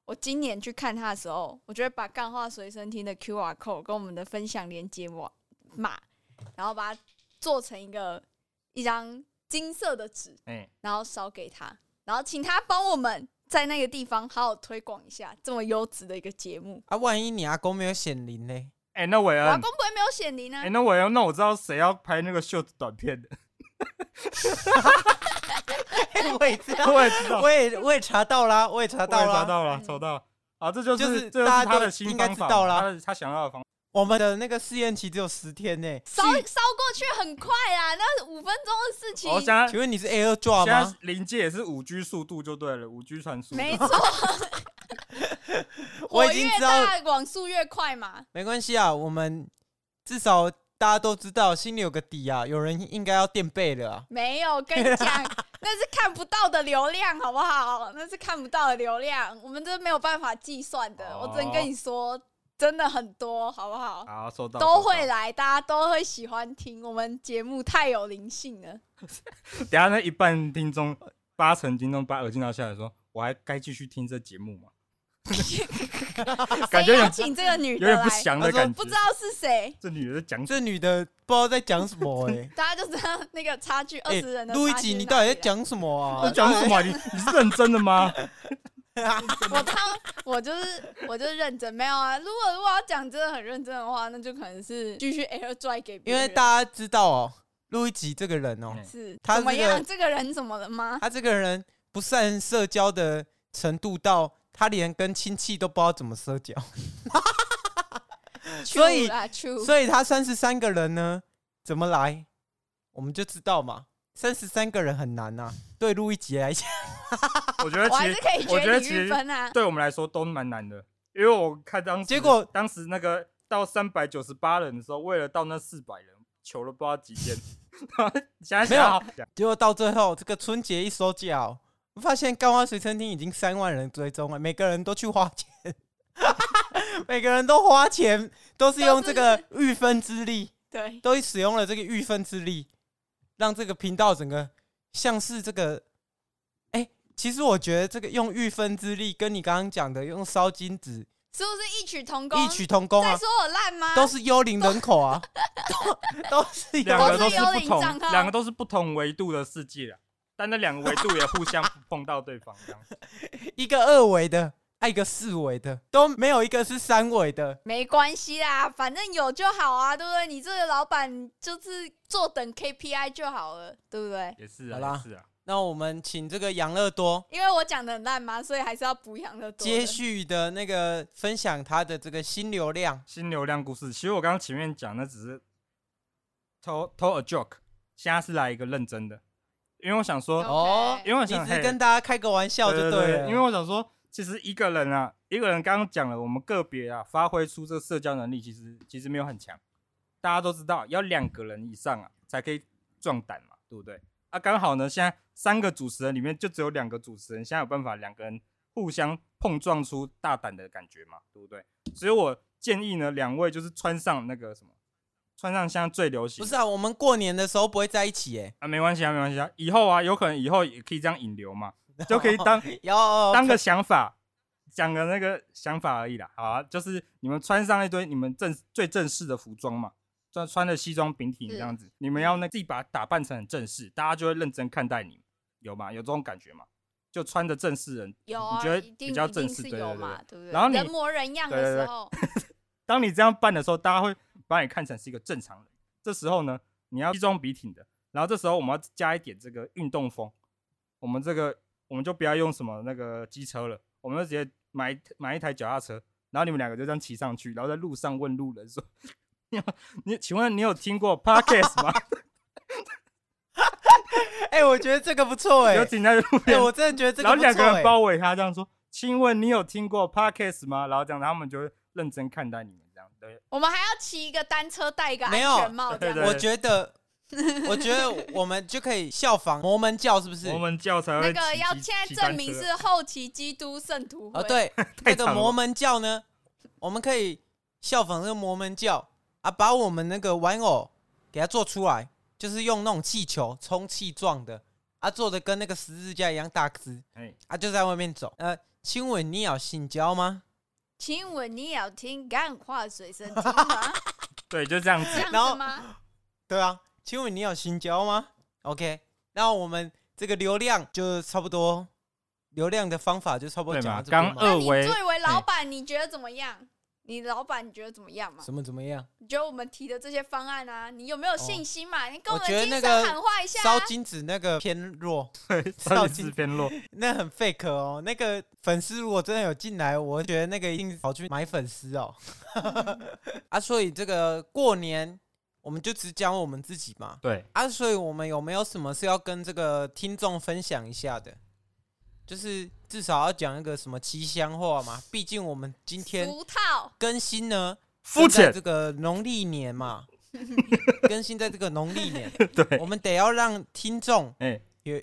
B: 我今年去看他的时候，我就会把干话随身听的 Q R code 跟我们的分享连接码码，然后把它做成一个一张金色的纸，
C: 哎，
B: 然后烧给他，然后请他帮我们在那个地方好好推广一下这么优质的一个节目。
A: 啊，万一你阿公没有显灵呢？
C: 哎、那韦
B: 瓦
C: 恩，
B: 工不会没有显灵啊
C: 哎、？那韦恩，那我知道谁要拍那个秀短片的，
A: 我也知道，
C: 我也知道，
A: 我也我也查到啦，我也查
C: 哦我
A: 到
C: 也
A: 啦，
C: 查到了，查到了。啊，这就是、
A: 就是
C: 这就
A: 大
C: 是
A: 家
C: 他
A: 都
C: 的新
A: 应该
C: 方法
A: 知道
C: 嘛，
A: 啦
C: 他的他想要的方法。
A: 我们的那个试验期只有十天 呢、
B: 烧烧过去很快啊，那五分钟的事情
C: 哦我、，现在
A: 请问你是 Air Drop
C: 现在
A: 吗？
C: 临界也是五 G 速度就对了，五 G 传输。
B: 没错，
A: 我
B: 火
A: 已经
B: 越
A: 知道
B: 大网速越快嘛。
A: 没关系啊，我们至少大家都知道，心里有个底啊，有人应该要垫背了啊。
B: 没有，跟你讲，那是看不到的流量，好不好？那是看不到的流量，我们这没有办法计算的。
C: 哦
B: 我只能跟你说，真的很多，好不
A: 啊
B: 好？
C: 好，收到。
B: 都
C: 收
B: 会
C: 到。
B: 来，大家都会喜欢听我们节目，太有灵性了。
C: 等一下那一半听众，八成听众把耳机拿下来说，我还该继续听这节目 吗？感
B: 谁
C: 觉有
B: 邀
C: 点
B: 请这个女
C: 有
B: 的
C: 点不
B: 来？
C: 祥的感觉。
B: 不知道是谁，，
C: 这女的在讲什
A: 这女的不知道在讲什么哎、欸
B: 大家就知道那个差距二
A: 哎
B: 十人的
A: 录一
B: 差距
A: 集
B: 是
A: 你
B: 哪
A: 到底在
B: 里来
A: 讲什么啊？
C: 么？在讲什么啊？你你是认真的 吗？
B: 我当我就是我就是认真，没有啊。如果如果要讲真的很认真的话，那就可能是继续 air dry 给 别
A: 因
B: 人。
A: 为大家知道哦，录一集这个人哦，
C: 嗯
B: 是
A: 他
B: 怎么
A: 这个
B: 样？这个人怎么了吗？
A: 他这个人不善社交的程度到他连跟亲戚都不知道怎么社 交，所以
B: True 啦，true，
A: 所以他三十三个人呢怎么来，我们就知道嘛。三十三个人很难呐、对录一集来讲，
C: 我觉得
B: 我
C: 其
B: 还
C: 实
B: 是可以
C: 我觉得
B: 你
C: 其实
B: 玉芬啊。
C: 对我们来说都蛮难的，因为我看当时
A: 结果
C: 当时那个到三百九十八人的时候，为了到那四百人，求了不知道几天。 想一
A: 没有
C: 想，
A: 结果到最后这个春节一收假、哦，我发现干花随身听已经三万人追踪了，每个人都去花钱， 每个人都花钱，都是用这个玉分之力。
B: 对，
A: 都使用了这个玉分之力，让这个频道整个像是这个，哎、其实我觉得这个用玉分之力跟你刚刚讲的用烧金纸
B: 是不是异曲同工？
A: 异曲同工
B: 在
A: 啊，
B: 说我烂吗？
A: 都是幽灵人口啊，都都是
C: 两
A: 幽
C: 个
A: 灵。
B: 都
C: 都
B: 是
C: 是不
B: 幽灵
C: 同，
B: 账号
C: 两个都是不同维度的世界啊。但那两个维度也互相碰到对方，这样子
A: 一个二维的，啊还有一个四维的，都没有一个是三维的。
B: 没关系啦，反正有就好啊，对不对？你这个老板就是坐等 KPI 就好了，对不对？
C: 也是
A: 好
C: 啊，
A: 啦
C: 也是啊。
A: 那我们请这个养乐多
B: 因为我讲的很烂嘛，所以还是要补养的多的。
A: 接续的那个分享他的这个新流量，
C: 新流量故事，其实我刚刚前面讲那只是偷偷 a joke，现在是来一个认真的，因为我想说
B: OK
A: 哦
C: 因为我
A: 你
C: 想
A: 只是
C: 嘿
A: 跟大家开个玩笑就
C: 对
A: 了，
C: 因为我想说，其实一个人啊，一个人刚刚讲了，我们个别啊发挥出这社交能力，其实其实没有很强。大家都知道，要两个人以上啊才可以壮胆嘛，对不对？啊，刚好呢，现在三个主持人里面就只有两个主持人，现在有办法两个人互相碰撞出大胆的感觉嘛，对不对？所以我建议呢，两位就是穿上那个什么，穿上现在最流行
A: 不
C: 的
A: 是啊，我们过年的时候不会在一起哎、
C: 啊，没关系啊，没关系啊，以后啊，有可能以后也可以这样引 流嘛，就可以当
B: 哦
A: 要
C: 当个想法，讲个那个想法而已啦。好啊，就是你们穿上一堆你们正最正式的服装嘛，穿穿着西装笔挺这样子，你们要那自己把打扮成很正式，大家就会认真看待你，有吗？有这种感觉吗？就穿着正式人，
B: 有啊，
C: 你觉得
B: 一定
C: 比较
B: 一定
C: 正式，
B: 是
C: 对对
B: 有
C: 对
B: 嘛对
C: 对，
B: 不对？
C: 然后你
B: 人模人样的
C: 对对对
B: 时候，
C: 当你这样办的时候，大家会把你看成是一个正常人。这时候呢，你要西装笔挺的，然后这时候我们要加一点这个运动风。我们这个我们就不要用什么那个机车了，我们就直接买一买一台脚踏车，然后你们两个就这样骑上去，然后在路上问路人说：“你有你请问你有听过 podcast 吗？
A: 哎、我觉得这个不错哎、
C: 有
A: 哎、
C: 停在路边，
A: 我真的觉得这个
C: 然后
A: 不错、
C: 两个人
A: 哎
C: 包围他，这样说：‘请问你有听过 podcast 吗？’然后这样他们就会认真看待你们这样。对，
B: 我们还要骑一个单车，戴一个安
A: 没有
B: 全帽，这
C: 对
B: 样
C: 对
A: 我觉得，我觉得我们就可以效仿摩门教，是不是？
C: 我们教才会
B: 那个
C: 骑
B: 要
C: 骑
B: 现在
C: 骑
B: 证
C: 单
B: 明
C: 车
B: 是后期基督圣徒会。
C: 啊
A: 哦，，对，
C: 太
A: 那个
C: 长了
A: 摩门教呢，我们可以效仿这个摩门教啊，把我们那个玩偶给它做出来，就是用那种气球充气状的啊，做的跟那个十字架一样大只
C: 哎，
A: 啊，就在外面走。呃，亲吻你有性交吗？
B: 亲吻你也要听感化水声听 吗？
C: 对，就这样子
B: 这。样
A: 然后
B: 子吗？
A: 对啊，请问你有新交吗？OK，那我们这个流量就差不多，流量的方法就差不多
C: 对
A: 讲
C: 嘛
A: 到这边
C: 刚
A: 嘛
C: 二
B: 那你
C: 维哎
B: 作为老板，你觉得怎么样？你老板你觉得怎么样嘛？
A: 什么怎么样？
B: 你觉得我们提的这些方案啊，你有没有信心嘛？你跟
A: 我
B: 们
A: 觉得
B: 经
A: 那
B: 商
A: 个
B: 喊话一下、
A: 烧
B: 啊。
A: 金子那个偏弱，
C: 对，
A: 少
C: 少
A: 金
C: 金偏弱，
A: 那很 fake 哦。那个粉丝如果真的有进来，我觉得那个一定跑去买粉丝哦。 啊，所以这个过年我们就只讲我们自己嘛。
C: 对，
A: 啊，所以我们有没有什么是要跟这个听众分享一下的？就是至少要讲一个什么吉祥话嘛，毕竟我们今天
B: 俗套，
A: 更新呢，
C: 肤
A: 正在
C: 浅
A: 这，个农历年嘛，更新在这个农历年，
C: 对
A: 我，们得要让听众
C: 哎，
A: 有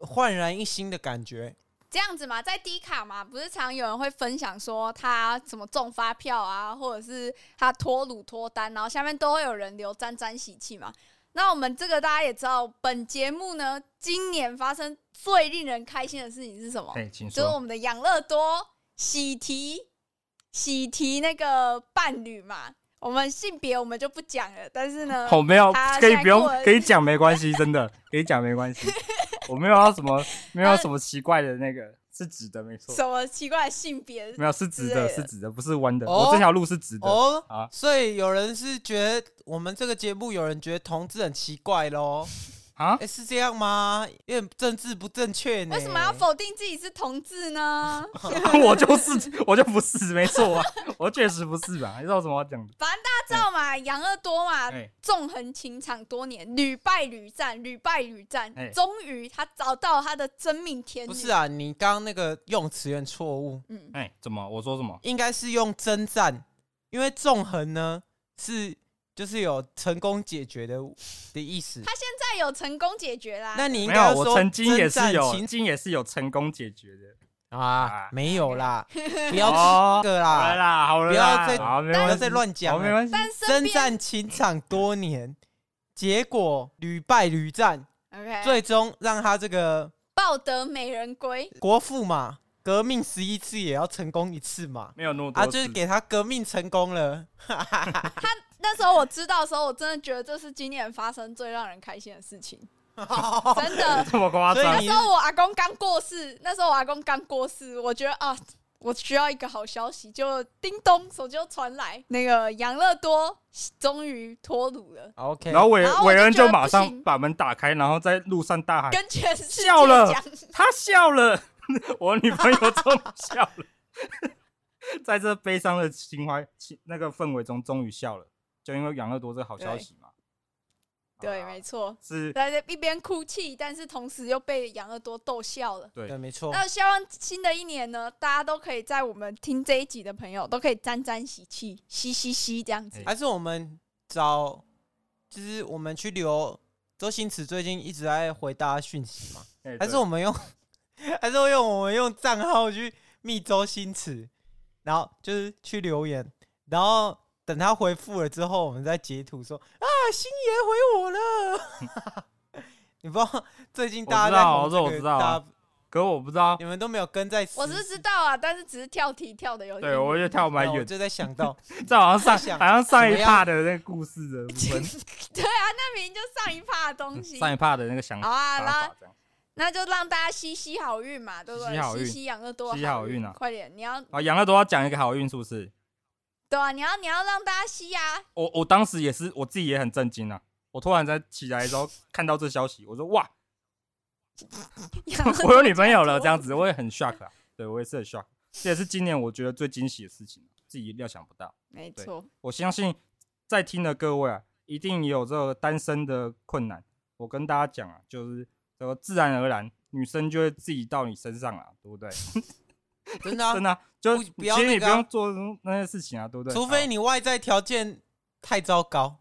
A: 焕然一新的感觉。
B: 这样子嘛，在低卡嘛，不是常有人会分享说他什么中发票啊，或者是他脱乳脱单，然后下面都会有人留沾沾喜气嘛。那我们这个大家也知道，本节目呢，今年发生最令人开心的事情是什么？
A: 哦
C: 哎，请
B: 就是我
C: 说，
B: 们的养乐多喜提喜提那个伴侣嘛。我们性别我们就不讲了，但是呢，
C: 好，没有
B: 他，
C: 可以
B: 现在
C: 不用
B: 过，了
C: 可以讲没关系，真的，可以讲没 关系，我没有要什么，没有什么奇怪的那个，是直的，没错，
B: 什么奇怪的性别
C: 没有是直
B: 之类
C: 的，
B: 的
C: 是直的，不是弯的，
A: 哦
C: 我这条路是直的，
A: 哦
C: 啊，
A: 所以有人是觉得我们这个节目有人觉得同志很奇怪 咯。
C: 啊
A: 哎、，是这样吗？有点政治不正确呢。
B: 为什么要否定自己是同志呢？
C: 我就是，我就不是，没错啊，我确实不是吧？你知道什么我讲的？
B: 大家知道嘛，养乐多嘛
C: 哎，
B: 纵横情场多年，屡败屡战，屡败屡战
C: 哎，
B: 终于他找到他的真命天女。
A: 不是，啊，你刚刚那个用词有点错误，
B: 嗯，
C: 哎，怎么？我说什么？
A: 应该是用征战，因为纵横呢是就是有成功解决的的意思。
B: 他现在有成功解决啦。
A: 那你应
C: 没
A: 该要
C: 有，
A: 说
C: 我曾经也
A: 征
C: 是有，曾
A: 战情
C: 经也是有成功解决的。
A: 啊，没有 啦，不要
C: 哦
A: 这个
C: 好了
A: 啦，
C: 啦，好了啦，
A: 不要再
C: 好，没
A: 不要
C: 关系
A: 再，乱讲
C: 好，没
A: 了。
C: 关系。
B: 但身
A: 征
B: 边
A: 战情场多年，结果屡败屡战，
B: OK
A: 最终让他这个
B: 抱得美人归，
A: 国父嘛，革命十一次也要成功一次嘛。
C: 没有那么多
A: 啊，
C: 次，
A: 就是给他革命成功了。
B: 那时候我知道的时候，我真的觉得这是今年发生最让人开心的事 情，真的。
C: 这么夸
A: 所以
C: 张
A: 你。
B: 那时候我阿公刚过世，那时候我阿公刚过世，我觉得啊，我需要一个好消息，就叮咚手机就传来，那个养乐多终于脱乳了，
A: 啊 OK，
C: 然后韦
B: 然后我
C: 韦
B: 就
C: 恩
B: 觉得
C: 就马
B: 不
C: 上
B: 行
C: 把门打开，然后在路上大喊
B: 跟全世界
C: 笑了
B: 讲，
C: 他笑了， 我女朋友终于笑了， 在这悲伤的情怀情那个氛围中，终于笑了，就因为养乐多这个好消息嘛。
B: 对，
C: 啊
B: 没错，
C: 是，
B: 大家一边哭泣，但是同时又被养乐多逗笑了。
A: 对，没错。
B: 那希望新的一年呢，大家都可以在我们听这一集的朋友都可以沾沾喜气，嘻嘻嘻这
C: 哎
B: 样子。
A: 还是我们找，就是我们去留周星驰最近一直在回大家讯息嘛？
C: 哎
A: 还是我们用， 还是用我们用账号去密周星驰，然后就是去留言，然后等他回复了之后，我们再截图说啊，星爷回我了。 你不知道最近大家在
C: 我
A: 红
C: 知道
A: 这
C: 我知
A: 个
C: 道我知道
A: 大
C: 啊
A: 家
C: 可我不知 道
A: 你，们都没有跟在时事，
B: 我是知道啊，但是只是跳题跳的有点
C: 对
B: 远。
C: 我就跳
A: 没
C: 蛮
A: 有我
C: 远，
A: 就在想 到，
C: 这好像
A: 想
C: 上好像上一
A: 怎么样
C: 趴的那个故事 的部分
B: 对啊，那明明就上一趴的东西。
C: 嗯上一趴的那个想
B: 好
C: 法
B: 啊，那
C: 这样。
B: 那就让大家吸吸好运嘛，对不
C: 吸吸好
B: 对？
C: 运
B: 吸吸养乐多，
C: 吸吸好运啊
B: 快点，你要
C: 啊，养乐多要讲一个好运，是不是？
B: 对啊，你要你要让大家吸啊，
C: 我我当时也是，我自己也很震惊啊！我突然在起来的时候看到这消息，我 说哇，
B: 养乐多
C: 我有女朋友
B: 加
C: 了，
B: 多
C: 这样子我也很 shock 啊。对我也是很 shock，这也是今年我觉得最惊喜的事情，啊自己料想不到。
B: 没错，
C: 我相信在听的各位啊，一定也有这个单身的困难。我跟大家讲啊，就是这个自然而然，女生就会自己到你身上啊，对不对？
A: 真的啊、
C: 真的啊、就
A: 不不要
C: 其实
A: 那
C: 你
A: 个
C: 不
A: 啊
C: 用做那些事情啊，对不对？
A: 除非
C: 好
A: 你外在条件太糟糕，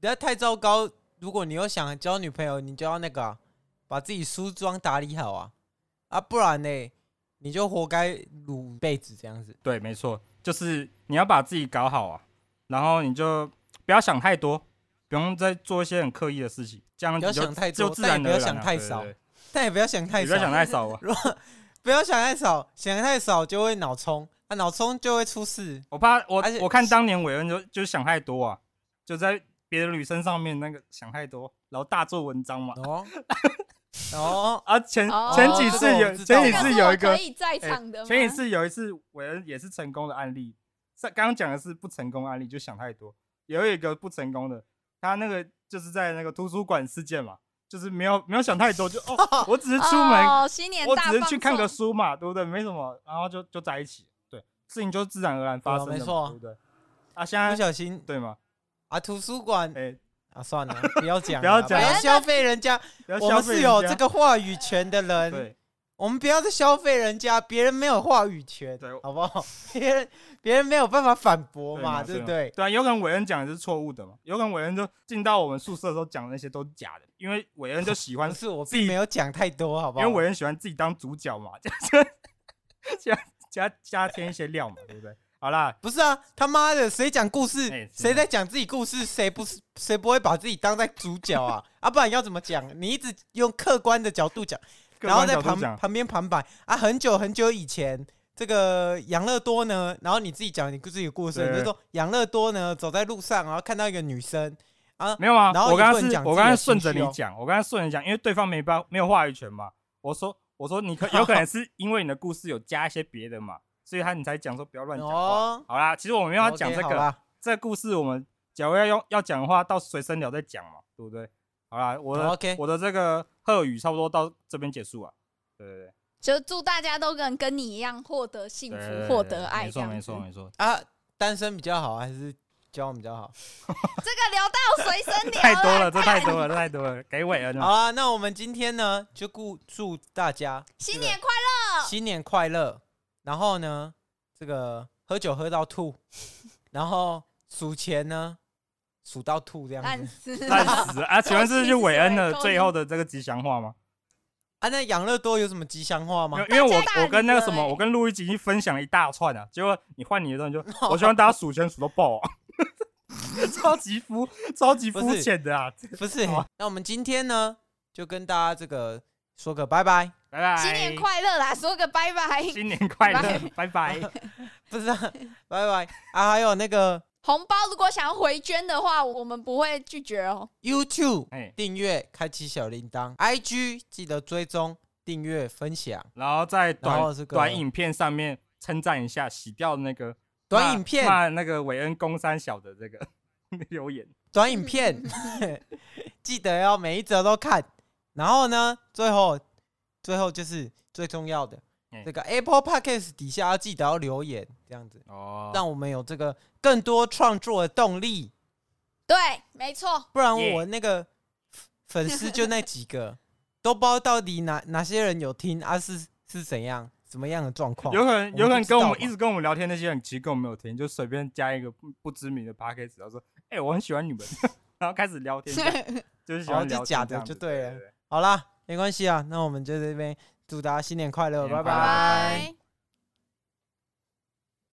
A: 不要太糟糕。如果你又想交女朋友，你就要那个啊、把自己梳妆打理好啊啊，不然呢，你就活该撸辈子这样子。
C: 对，没错，就是你要把自己搞好啊，然后你就不要想太多，不用再做一些很刻意的事情，这样
A: 不要
C: 你就
A: 想太
C: 就
A: 多
C: 自
A: 但也
C: 然
A: 不
C: 而
A: 要
C: 然
A: 想
C: 啊
A: 太
C: 对对
A: 少
C: 对
A: 但也不要想太
C: 你
A: 少，
C: 不要想太少啊！
A: 如果不要想太少，想太少就会脑冲，啊，脑冲就会出事。
C: 我怕我
A: 而且
C: 我看当年韦恩就就想太多啊，就在别的女生上面那个想太多，然后大做文章嘛。
A: 哦哦，
C: 啊前
B: 哦
C: 前几次
A: 这个
C: 有
A: 我知道
C: 前
A: 这
C: 几
A: 个
C: 次
B: 是
C: 有
B: 我
C: 一个
B: 可以在
C: 哎
B: 场的吗，
C: 前几次有一次韦恩也是成功的案例，上刚刚讲的是不成功案例，就想太多。有一个不成功的，他那个就是在那个图书馆事件嘛，就是没有没有想太 多，就哦，我只是出门，
B: 哦、新年
C: 我
B: 大
C: 只是
B: 放
C: 去看个
B: 送
C: 书嘛，对不对？没什么，然后就就在一起，对，事情就自然而然发
A: 对啊
C: 生的嘛，
A: 没错啊
C: 对不对？啊，
A: 不
C: 现在
A: 小心
C: 对嘛，
A: 啊，图书馆
C: 哎、
A: 啊，算了，不要讲了，
C: 不要讲
A: 不要
B: 了
A: 消费人家，
C: 不要
A: 我
C: 消
A: 们
C: 费
A: 是
C: 人
A: 有
C: 家
A: 这个话语权的人，
C: 对
A: 我们不要再消费人家，别人没有话语权
C: 对，
A: 好不好？ 别人别人没有办法反驳
C: 对
A: 嘛，对不
C: 对嘛
A: 对？
C: 对啊，有可能韦恩讲的是错误的嘛，有可能韦恩就进到我们宿舍的时候讲的那些都是假的，因为韦恩就喜欢
A: 不是，我
C: 自己
A: 并没有讲太多，好不
C: 因
A: 好？
C: 为伟人喜欢自己当主角嘛， 就是加加加添一些料嘛，对不对？好啦，
A: 不是啊，他妈的，谁讲故事
C: 哎，是
A: 谁在讲自己故事，谁不是谁不会把自己当在主角啊？啊，不然要怎么讲？你一直用客观的角度讲，
C: 各
A: 然后
C: 方
A: 在
C: 角
A: 旁
C: 度讲，
A: 旁边旁白啊，很久很久以前，这个养乐多呢，然后你自己讲你自己的故事，
C: 对
A: 你就说养乐多呢走在路上，然后看到一个女生啊，
C: 没有啊
A: 然后？
C: 我
A: 也
C: 刚刚
A: 不能
C: 是
A: 讲自己的
C: 我刚刚顺着
A: 情
C: 你
A: 绪哦
C: 讲，我刚刚顺着你讲，因为对方没办没有话语权嘛。我说我说 你可有可能是因为你的故事有加一些别的嘛，所以他你才讲说不要乱讲话。
A: 哦，
C: 好啦，其实我们没有要讲
A: OK，
C: 这
A: 好
C: 个，
A: 啦
C: 这个故事我们假如要用要讲的话，到随身聊再讲嘛，对不对？好啦，我的
A: 好，OK 哦
C: 我的这个贺语差不多到这边结束啊。对对对，
B: 就祝大家都跟跟你一样获得幸
C: 对对
B: 福，
C: 对
B: 获
C: 对
B: 得爱。
C: 没
B: 这
C: 错
B: 样
C: 没
B: 子
C: 错没错，
A: 啊，单身比较好还是交往比较
C: 嗯
A: 好？
B: 这个聊到随身聊
C: 太多了，这
B: 干
C: 太多了，这太多了，给伟恩了。
A: 好啦，那我们今天呢就顾祝大家
B: 新年快
A: 新年快乐。然后呢，这个喝酒喝到吐，然后数钱呢数到吐这
B: 乐，
A: 样
B: 烂
A: 子。
B: 死
C: 烂死了啊！请问这是韦恩的最后的这个吉祥话吗？
A: 啊，那养乐多有什么吉祥话吗
C: 没有？因为我
B: 大家打
C: 我跟那个什
B: 你
C: 么，
B: 了欸
C: 我跟路易吉已经分享了一大串啊，结果你换你的 时候你就，我希望大家数钱数到爆啊，超级肤超级肤浅的啊！
A: 不是
C: 好啊，
A: 那我们今天呢就跟大家这个说个拜拜。
C: 拜拜，
B: 新年，快乐啦，说个拜拜，
C: 新年快乐，拜拜，
A: 不是、啊，拜拜啊！还有那个
B: 红包如果想要回捐的话，我们不会拒绝哦。
A: YouTube
C: 哎，
A: 订阅，开启小铃铛；IG 记得追踪、订阅、分享。
C: 然后在
A: 然
C: 短
A: 后这个
C: 短影片上面称赞一下，洗掉那个
A: 短
C: 骂
A: 影片
C: 骂那个韦恩公三小的这个 留言，
A: 短影片，记得要每一则都看。然后呢，最后最后就是最重要的
C: 哎，
A: 这个 Apple Podcast 底下要记得要留言，这样子
C: 哦
A: 让我们有这个更多创作的动力。
B: 对，没错，
A: 不然
C: 耶
A: 我那个粉丝就那几个， 都不知道到底哪哪些人有听啊是是怎样什么样的状况。
C: 有可能，有可能跟我
A: 我们不知道嘛
C: 们一直跟我们聊天那些人，其实跟我们没有听，就随便加一个不不知名的 p a c k a g e 然后说：“哎、我很喜欢你们。” 然后开始聊天，这样就是喜
A: 哦
C: 欢
A: 就
C: 聊天
A: 假的
C: 这样子
A: 就对了
C: 对对
A: 好啦，没关系啊，那我们就这边祝大家新年快乐，
C: 新
A: 拜
C: 年快乐
A: 拜。
B: 拜。